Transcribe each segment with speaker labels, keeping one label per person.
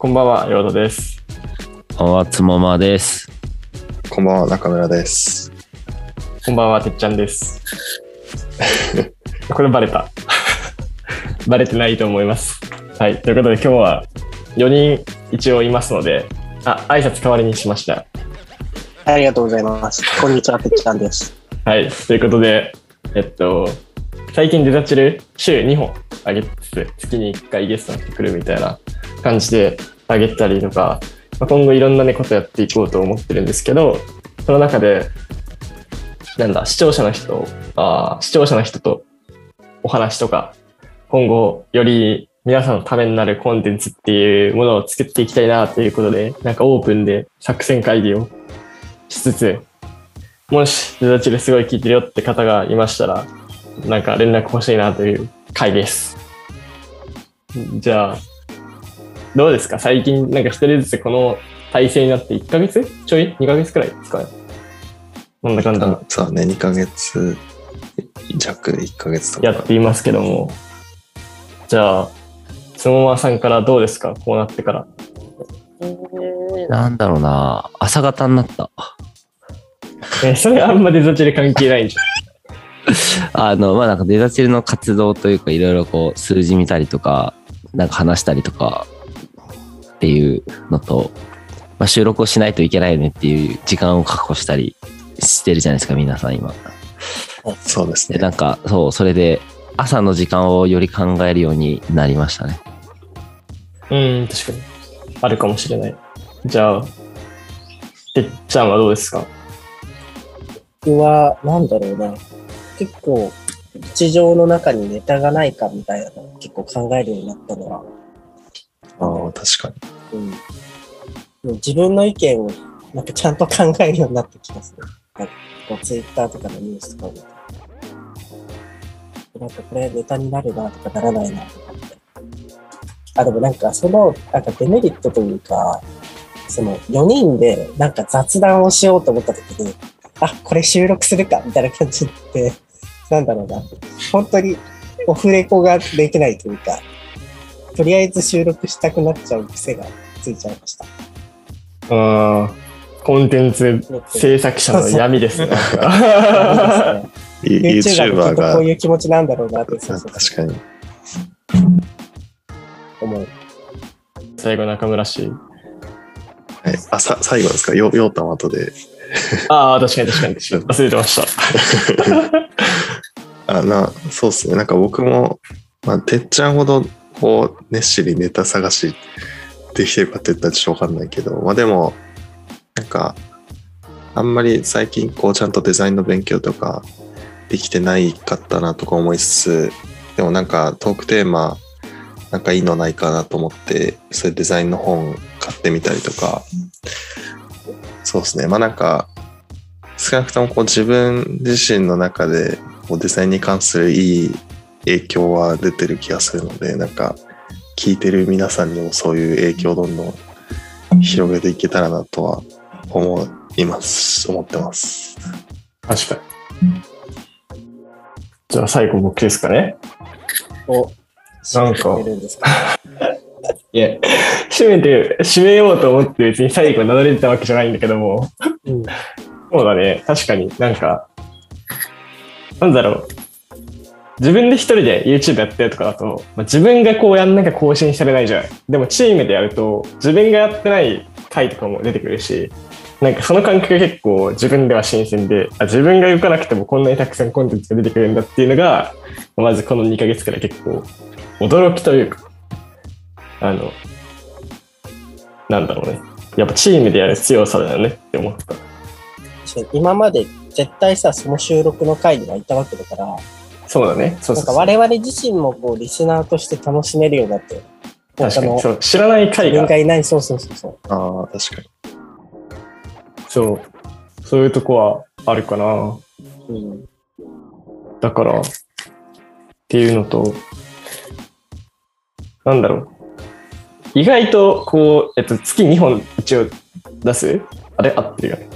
Speaker 1: ばんは、ようどです。
Speaker 2: こんばんは、つもまです。
Speaker 3: こんばんは、中村です。
Speaker 1: こんばんは、てっちゃんです。 これバレた。 バレてないと思います。はい、ということで今日は4人一応いますので、あ、挨拶代わりにしました。
Speaker 4: ありがとうございます。こんにちは、てっちゃんです。
Speaker 1: はい、ということで、えっと、最近デザチル週2本あげつつ、月に1回ゲストに来てくるみたいな感じであげたりとか、まあ、今後いろんなねことやっていこうと思ってるんですけど、その中で、なんだ、視聴者の人、あー視聴者の人とお話とか、今後より皆さんのためになるコンテンツっていうものを作っていきたいなということで、なんかオープンで作戦会議をしつつ、もしデザチルすごい聞いてるよって方がいましたら、なんか連絡欲しいなという回です。じゃあ、どうですか最近、なんか一人ずつこの体制になって1ヶ月ちょい ?2 ヶ月くらいですかねなんだかんだ
Speaker 3: あそうね、2ヶ月弱、1ヶ月と
Speaker 1: や
Speaker 3: か。
Speaker 1: っていますけども。じゃあ、つもまさんからどうですかこうなってから。
Speaker 2: なんだろうな、朝方になった。
Speaker 1: えそれあんまデザチル関係ないんじ
Speaker 2: あの、まあ、なんかデザチルの活動というか、いろいろこう、数字見たりとか、なんか話したりとか、っていうのと、まあ、収録をしないといけないよねっていう時間を確保したりしてるじゃないですか、皆さん今。
Speaker 3: そうです
Speaker 2: で、
Speaker 3: ね。
Speaker 2: なんか、そう、それで、朝の時間をより考えるようになりましたね。
Speaker 1: ゃん。うん、確かに。あるかもしれない。じゃあ、てっちゃんはどうですか
Speaker 4: 僕は、なんだろうな。結構、日常の中にネタがないかみたいなのを結構考えるようになったのは、
Speaker 3: ああ、確かに。
Speaker 4: うん。でも自分の意見を、なんかちゃんと考えるようになってきますね。なんかこう、ツイッターとかのニュースとかを見て。なんかこれネタになるなとかならないなとかって。あ、でもなんかその、なんかデメリットというか、その4人でなんか雑談をしようと思った時に、あ、これ収録するかみたいな感じって、なんだろうな。本当にオフレコができないというか、とりあえず収録したくなっちゃう癖がついちゃいました。
Speaker 1: うんコンテンツ制作者の闇ですね。
Speaker 4: なんか
Speaker 3: ユ
Speaker 4: で
Speaker 3: ー
Speaker 4: す
Speaker 3: チ
Speaker 4: ね
Speaker 3: ューバー
Speaker 4: YouTuber がきっと
Speaker 3: が
Speaker 4: こう、いう気持ちなんだろうなって、そうそう
Speaker 3: 確かに。
Speaker 4: 思う。
Speaker 1: 最後中村氏。
Speaker 3: はい、あさ最後ですか、よようたんは後で。
Speaker 1: ああ、確かに確かに確かに。忘れてました。
Speaker 3: あなそうですね、なんか僕も、まあ、てっちゃんほどこう熱心にネタ探しできてるかって言ったらちょっとわかんないけど、まあでも、なんか、あんまり最近こうちゃんとデザインの勉強とかできてないかったなとか思いつつ、でもなんかトークテーマなんかいいのないかなと思って、そういうデザインの本買ってみたりとか、そうですね、まあなんか、少なくともこう自分自身の中でこうデザインに関するいい影響は出てる気がするのでなんか聞いてる皆さんにもそういう影響をどんどん広げていけたらなとは思います思ってます
Speaker 1: 確かに。じゃあ最後僕ですかね。
Speaker 4: を
Speaker 1: なん
Speaker 4: 知
Speaker 1: か
Speaker 4: ってるんですか
Speaker 1: いや、締めて、締めようと思って別に最後名乗れてたわけじゃないんだけども。
Speaker 4: うん
Speaker 1: そうだね。確かになんか、なんだろう。自分で一人で YouTube やってるとかだと、まあ、自分がこうやんなきゃ更新されないじゃない。でもチームでやると、自分がやってない回とかも出てくるし、なんかその感覚が結構自分では新鮮で、あ自分が動かなくてもこんなにたくさんコンテンツが出てくるんだっていうのが、まずこの2ヶ月くらい結構驚きというか、あの、なんだろうね。やっぱチームでやる強さだよねって思った。
Speaker 4: 今まで絶対さ、その収録の回にはいたわけだから、
Speaker 1: そうだね。そうそ
Speaker 4: なん
Speaker 1: うそ
Speaker 4: か
Speaker 1: う
Speaker 4: 我々自身もこうリスナーとして楽しめるようになって、
Speaker 1: 確かに
Speaker 4: 他
Speaker 1: そ
Speaker 4: の
Speaker 1: う。知らない回
Speaker 4: 自
Speaker 1: が
Speaker 4: 分がいない、そうそうそうそう。
Speaker 3: ああ確かに
Speaker 1: そう、そういうとこはあるかな。
Speaker 4: うん、
Speaker 1: だから、っていうのと、なんだろう。意外と、こう、えっと、月2本一応出すあれ合ってるよね。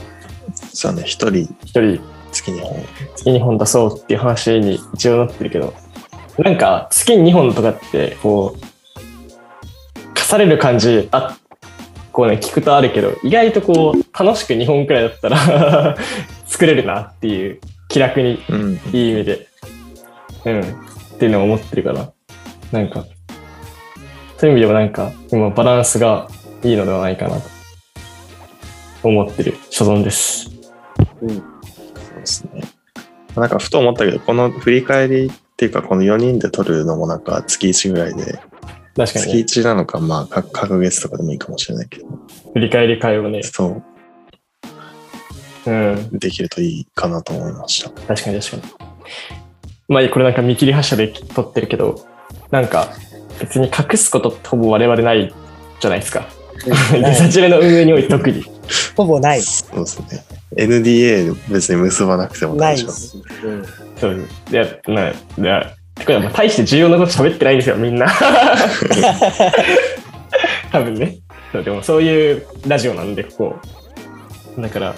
Speaker 3: そうね一人
Speaker 1: 1人
Speaker 3: 月に本
Speaker 1: 月2本出そうっていう話に一応なってるけど、なんか月2本とかって、こう、課される感じあこうね、聞くとあるけど、意外とこう、楽しく2本くらいだったら 作れるなっていう、気楽に、
Speaker 3: うん。
Speaker 1: いい意味で。うん。っていうのを思ってるから、なんか、そういう意味でもなんか、今バランスがいいのではないかなと、思ってる所存です。
Speaker 3: そうですね。なんかふと思ったけど、この振り返りっていうか、この4人で撮るのもなんか月1ぐらいで、
Speaker 1: 確かに、
Speaker 3: 月
Speaker 1: ね、
Speaker 3: 1なのか、まあ、か各月とかでもいいかもしれないけど、
Speaker 1: 振り返り会をね、
Speaker 3: そ
Speaker 1: うん、
Speaker 3: う、できるといいかなと思いました。
Speaker 1: 確かに確かに。まあ、これなんか見切り発車で撮ってるけど、なんか、別に隠すことってほぼ我々ないじ ゃないですか。
Speaker 4: う
Speaker 1: デ
Speaker 4: んない
Speaker 1: ザチルの運営において特に。
Speaker 4: ほぼない。
Speaker 3: そうですね。NDA 別に結ばなくても
Speaker 4: な
Speaker 3: 大
Speaker 4: い
Speaker 3: 丈夫。
Speaker 4: し。うん
Speaker 1: そうです。いや、な、いや、てか、まあ、大して重要なこと喋ってないんですよ、みんな。 多分ね。そう、でもそういうラジオなんで、ここ。だから、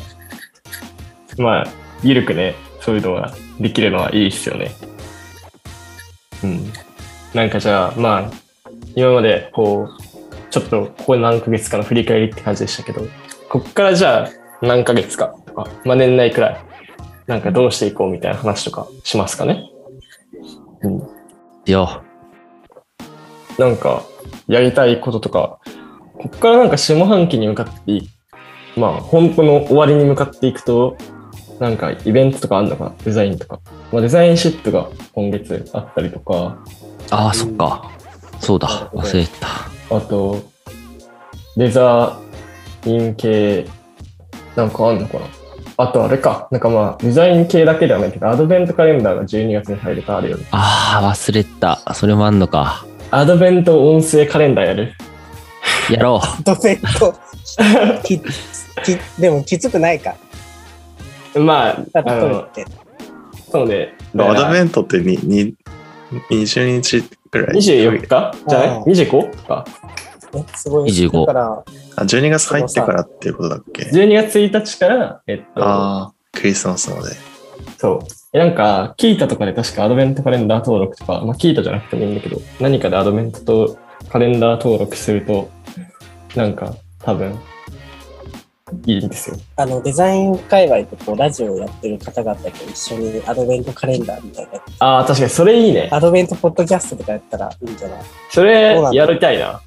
Speaker 1: まあ、ゆるくね、そういうのができるのはいいっすよね。うん。なんかじゃあ、まあ、今まで、こう、ちょっと、ここ何ヶ月かの振り返りって感じでしたけど、こっからじゃあ、何ヶ月かとか、まあ年内くらい、なんかどうしていこうみたいな話とかしますかね。うん。
Speaker 2: よ。
Speaker 1: なんか、やりたいこととか、こっからなんか下半期に向かっていまあ、本当の終わりに向かっていくと、なんかイベントとかあるのかなデザインとか。まあ、デザインシップが今月あったりとか、
Speaker 2: ああ、そっか。そうだ。忘れてた。
Speaker 1: あと、デザイン系なんかあんのかなあとあれか、なんかまあデザイン系だけではないけど、アドベントカレンダーが12月に入るとあるよね。
Speaker 2: ああ、忘れてた。それもあんのか。
Speaker 1: アドベント音声カレンダーやる
Speaker 2: やろ
Speaker 4: ドベント。ききでもきつくないか。
Speaker 1: まあ、
Speaker 4: だ
Speaker 1: あ
Speaker 4: って撮る
Speaker 1: の
Speaker 4: っ、て。
Speaker 1: そうね。
Speaker 3: アドベ
Speaker 1: ン
Speaker 3: ントってにに20日くらい
Speaker 1: 24日じゃない
Speaker 4: うん
Speaker 1: ?25 か。
Speaker 4: ねすごい。
Speaker 2: 25
Speaker 4: だから、
Speaker 3: あ ?12 月入ってからっていうことだっけ
Speaker 1: 12月1日から、えっと、
Speaker 3: ああ、クリスマスまで。
Speaker 1: そう。えなんか、キータとかで確かアドベントカレンダー登録とか、まあ、キータじゃなくてもいいんだけど、何かでアドベントとカレンダー登録すると、なんか、多分、いいんですよ。
Speaker 4: あの、デザイン界隈でこう、ラジオをやってる方々と一緒にアドベントカレンダーみたいな。
Speaker 1: ああ、確かにそれいいね。
Speaker 4: アドベントポッドキャストとかやったらいいんじゃない
Speaker 1: それやりたいな。
Speaker 4: や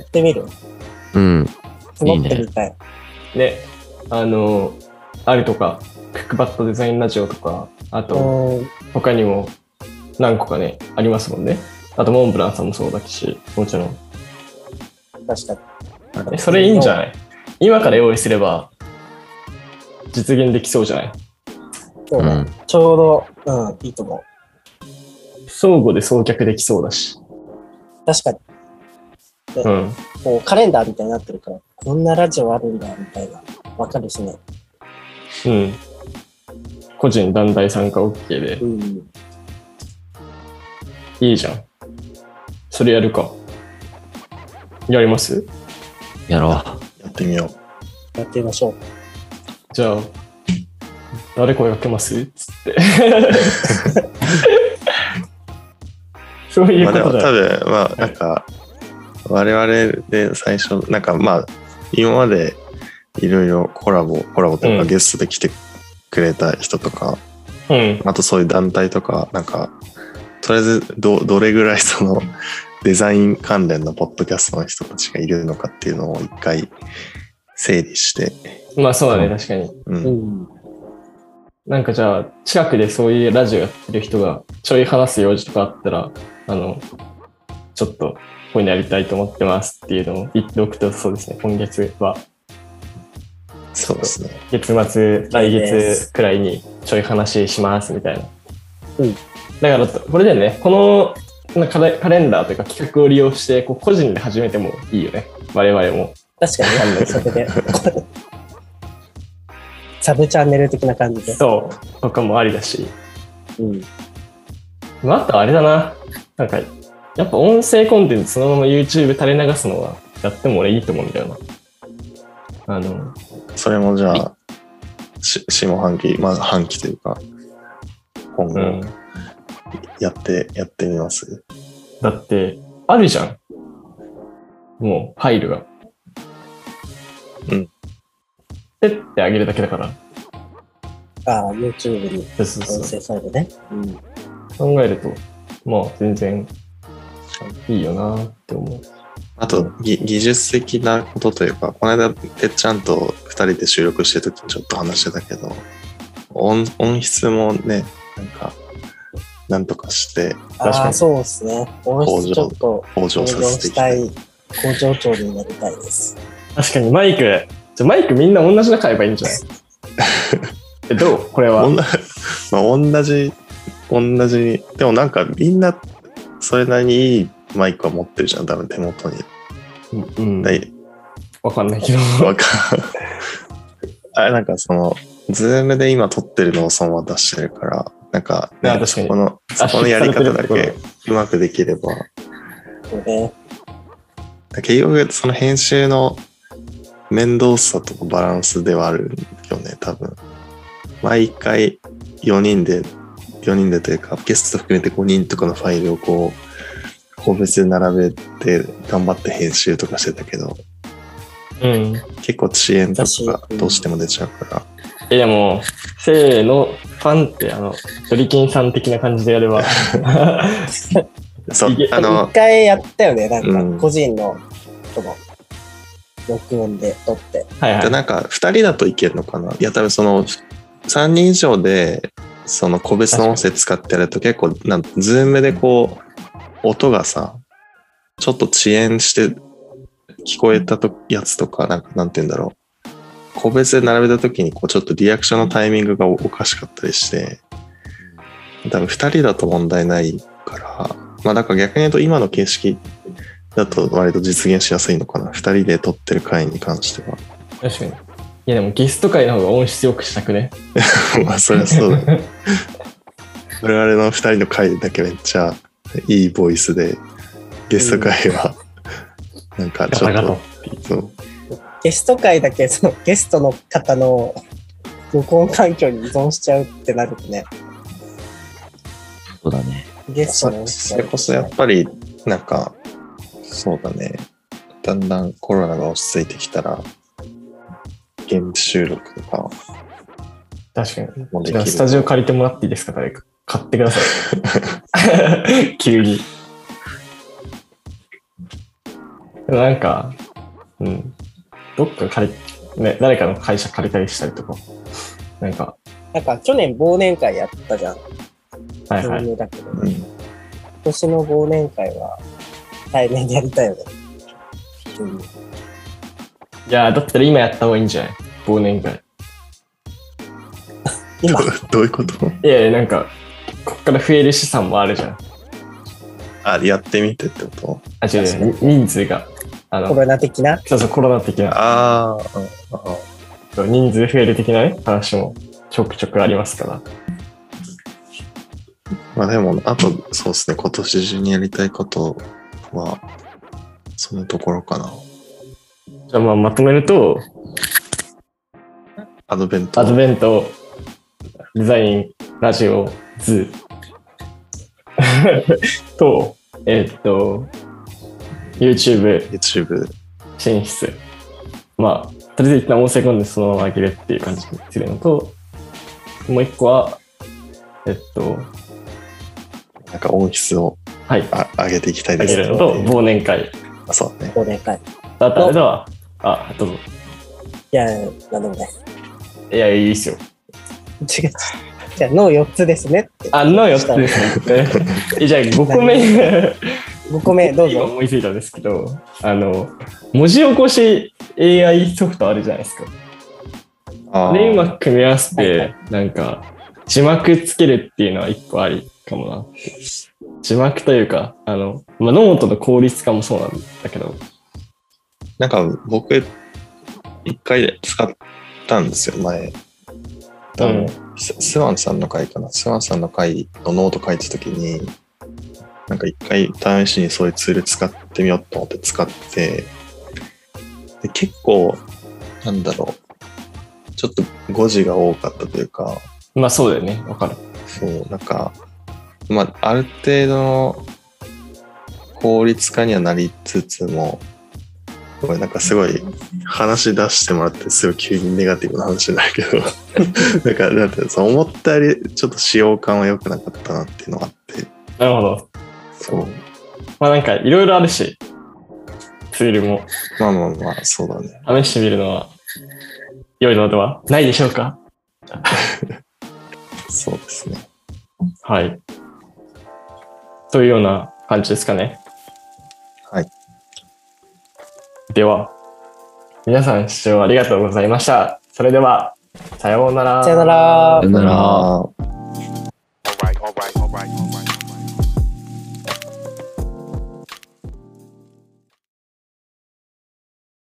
Speaker 4: ってみる
Speaker 2: う。うん。
Speaker 4: 募ってみたい。
Speaker 1: ね。あの、あるとか、クックパッドデザインラジオとか、あと、
Speaker 4: うん
Speaker 1: 他にも何個かね、ありますもんね。あと、モンブランさんもそうだし、もちろん。
Speaker 4: 確かに。
Speaker 1: えそれいいんじゃない今から用意すれば、実現できそうじゃない
Speaker 4: そう
Speaker 2: う
Speaker 4: だ
Speaker 2: ん。
Speaker 4: ちょうど、うん、いいと思う。
Speaker 1: 相互で装着できそうだし。
Speaker 4: 確かに、
Speaker 1: うん。
Speaker 4: こう、カレンダーみたいになってるから、こんなラジオあるんだ、みたいな。わかるしね。
Speaker 1: うん。個人、団体参加 OK で
Speaker 4: う、ん。
Speaker 1: いいじゃん。それやるか。やります
Speaker 2: やろ
Speaker 3: やってみよ
Speaker 4: やってみましょう。
Speaker 1: じゃあ、誰声かけますつ って。そう
Speaker 3: う。
Speaker 1: いう
Speaker 3: ま
Speaker 1: こ
Speaker 3: あで
Speaker 1: と
Speaker 3: も
Speaker 1: だ
Speaker 3: 多。分、まあなんか、我々で最初、なんかまあ、今までいろいろコラボ、コラボという
Speaker 1: う
Speaker 3: か
Speaker 1: ん
Speaker 3: ゲストで来てくれた人とか、
Speaker 1: うん。
Speaker 3: あとそういう団体とか、なんか、とりあえずど、どれぐらいその、 デザイン関連のポッドキャストの人たちがいるのかっていうのを一回整理して、
Speaker 1: まあそうだね、確かに。
Speaker 3: う、
Speaker 4: うんん。
Speaker 1: なんかじゃあ、近くでそういうラジオやってる人が、ちょい話す用事とかあったら、あの、ちょっと、こういうのやりたいと思ってますっていうのを言っておくと、そうですね、今月は、
Speaker 3: そうですね。
Speaker 1: 月末、来
Speaker 4: いいで
Speaker 1: 月
Speaker 4: す
Speaker 1: くらいに、ちょい話しますみたいな。
Speaker 4: うん
Speaker 1: だから、これでね、このカレカレンダーというか企画を利用して、こう個人で始めてもいいよね、我々も。
Speaker 4: 確かにね、それで。 サブチャンネル的な感じで。
Speaker 1: そう、とかもありだし。
Speaker 4: うん。
Speaker 1: まあ、あとあれだな。なんか、やっぱ音声コンテンツそのまま YouTube 垂れ流すのはやっても俺いいと思うんだよな。あの、
Speaker 3: それもじゃあ、し下半期、まあ半期というか、今
Speaker 1: う
Speaker 3: 後
Speaker 1: ん。
Speaker 3: やって、やってみます。
Speaker 1: だって、あるじゃん。もう、ファイルが。
Speaker 3: うん
Speaker 1: ペッて上げるだけだから。
Speaker 4: ああ、YouTube に
Speaker 1: そうそう
Speaker 4: 音
Speaker 1: そう
Speaker 4: 声ファイルね。うん。
Speaker 1: 考えると、まあ全然いいよなって思う。
Speaker 3: あと、ぎ技術的なことというか、この間、てっちゃんと2人で収録してるときにちょっと話してたけど、音音質もね、なんか、なんとかして、
Speaker 1: 確
Speaker 4: あ
Speaker 1: か
Speaker 4: あ、
Speaker 1: に
Speaker 4: そうですね。音質ちょっと
Speaker 3: 向上
Speaker 4: 向
Speaker 3: さ
Speaker 4: 上
Speaker 3: せてい
Speaker 4: し
Speaker 3: き
Speaker 4: た
Speaker 3: たい。
Speaker 4: い、工場長になりたいです。
Speaker 1: 確かにマイク、じゃあマイクみんな同じの買えばいいんじゃ ないえどうこれは
Speaker 3: おん。な まあ、同じ、同じ、でもなんかみんな、それなりにいいマイクは持ってるじゃん、多分手元に。
Speaker 1: うん。
Speaker 3: ない
Speaker 1: わかんないけど。
Speaker 3: わかあれなんかその、ズームで今撮ってるのをそのまま出してるから、なんか,、
Speaker 1: あ確かに
Speaker 3: そこの、そこのやり方だ
Speaker 1: 圧縮されて
Speaker 3: け
Speaker 1: る
Speaker 3: うまくできれば、
Speaker 4: これ、
Speaker 3: 結局その編集の面倒さとかバランスではあるよね、多分。毎回4人で、4人でというか、ゲスト含めて5人とかのファイルをこう、個別で並べて頑張って編集とかしてたけど、
Speaker 1: うん。
Speaker 3: 結構遅延と
Speaker 4: 私
Speaker 3: か
Speaker 4: うん
Speaker 3: どうしても出ちゃうから。
Speaker 1: え、でも、せーの、ファンって、あの、ドリキンさん的な感じでやれば。
Speaker 3: そう
Speaker 1: いけ、
Speaker 3: あの
Speaker 4: 一、回やったよね。な
Speaker 3: うん
Speaker 4: んか、個人の、この、録音で撮って。
Speaker 1: はい
Speaker 3: じゃあ
Speaker 1: は
Speaker 3: なんか2人だといけるのかないや多分その3人以上でその個別の音声使ってやると結構なんズームでこう音がさちょっと遅延して聞こえたとやつとかなんかなんて言うんだろう個別で並べた時にこうちょっとリアクションのタイミングがおおかしかったりして多分2人だと問題ないからまあだから逆に言うと今の形式だと割と実現しやすいのかな2人で撮ってる回に関しては。
Speaker 1: い。確かに。いや、でもゲスト会の方が音質良くしたくね。
Speaker 3: まあそりゃ そうだね。我々の2人の回だけめっちゃいいボイスでゲスト回は、なんか
Speaker 1: ガ
Speaker 3: ちょ
Speaker 1: タ
Speaker 3: っ
Speaker 1: ガタ
Speaker 3: と。そう
Speaker 4: ゲスト会だけ、 その、ゲストの方の録音環境に依存しちゃうってなるとね、
Speaker 2: そうだね。
Speaker 4: ゲストの
Speaker 3: そそれこそやっぱりなんかそうだねだんだんコロナが落ち着いてきたら現地収録とか
Speaker 1: 確かに。
Speaker 3: もで
Speaker 1: じ
Speaker 3: き
Speaker 1: ゃあ、
Speaker 3: る
Speaker 1: スタジオ借りてもらっていいですか、誰か。買って ください。急に。でもなんか、うん。どっか借り、ね、誰かの会社借りたりしたりとか。なんか、
Speaker 4: なんか、去年忘年会やったじゃん。
Speaker 1: はい
Speaker 4: 有
Speaker 1: はい。
Speaker 4: 名だけど。
Speaker 3: う
Speaker 4: 今
Speaker 3: ん
Speaker 4: 年の忘年会は、対面でやりたいよね。うん
Speaker 1: いや、だったら今やった方がいいんじゃない忘年会。
Speaker 4: 今、
Speaker 3: どういうこと
Speaker 1: いやいや、なんか、こっから増える資産もあるじゃん。
Speaker 3: あやってみてってこと
Speaker 1: あ、違う違う、人数が。あ
Speaker 4: コ
Speaker 1: の、
Speaker 4: ロナ的な。
Speaker 1: そうそう、コロナ的な、
Speaker 3: あーうんあ
Speaker 1: 人数増える的なね、話もちょくちょくありますから。
Speaker 3: まあでも、あと、そうですね、今年中にやりたいことは、そのところかな。
Speaker 1: じゃあ、まあ、まとめると、
Speaker 3: アドベント。
Speaker 1: アドベント、デザイン、ラジオ、ズー。 と、えっと、YouTube
Speaker 3: YouTube。
Speaker 1: 進出。まあ、とりあえず一旦音声コンテンツそのまま上げるっていう感じにするのと、もう一個は、えっと、
Speaker 3: なんか音質を
Speaker 1: はい、
Speaker 3: あ上げていきたい
Speaker 1: あ
Speaker 3: で
Speaker 1: げ
Speaker 3: す、
Speaker 1: るのと、忘年会。
Speaker 3: あそうね。
Speaker 4: 忘年会。い
Speaker 1: あとあれだわ。あ、どうぞ。
Speaker 4: や、なんでもない。
Speaker 1: いや、いいっすよ。
Speaker 4: 違う違う。じゃあ、脳4つですねって。
Speaker 1: あの4つ ですね。えじゃあ5個目、
Speaker 4: 5個目、どう
Speaker 1: 今
Speaker 4: ぞ。
Speaker 1: 思いついたんですけど、あの、文字起こし AI ソフトあるじゃないですか。
Speaker 3: あ
Speaker 1: あれうま
Speaker 3: ー
Speaker 1: く組み合わせ
Speaker 4: はいは
Speaker 1: て、なんか、字幕つけるっていうのは1個ありかもなって。字幕というか、あの、まあ、ノートの効率化もそうなんだけど、
Speaker 3: なんか僕、一回使ったんですよ、前。多分、
Speaker 1: うん
Speaker 3: ススワンさんの回かな。スワンさんの回のノート書いたときに、なんか一回試しにそういうツール使ってみようと思って使って、で結構、なんだろう、ちょっと誤字が多かったというか、
Speaker 1: まあそうだよね、わかる。
Speaker 3: そう、なんか、まあ、ある程度の効率化にはなりつつも、ごめんなんかすごい話し出してもらってすごい急にネガティブな話になるけどなんかなんていうのその思ったよりちょっと使用感は良くなかったなっていうのがあって
Speaker 1: なるほど。
Speaker 3: そう
Speaker 1: まあなんかいろいろあるし、ツールも
Speaker 3: まあまあまあそうだね
Speaker 1: 試してみるのは良いのではないでしょうか
Speaker 3: そうですね
Speaker 1: はい。というような感じですかね。
Speaker 3: はい。
Speaker 1: では、皆さん視聴ありがとうございました。それでは、さようなら。
Speaker 4: さよなら
Speaker 2: さよなら。
Speaker 3: あー
Speaker 5: All right, all right, all right.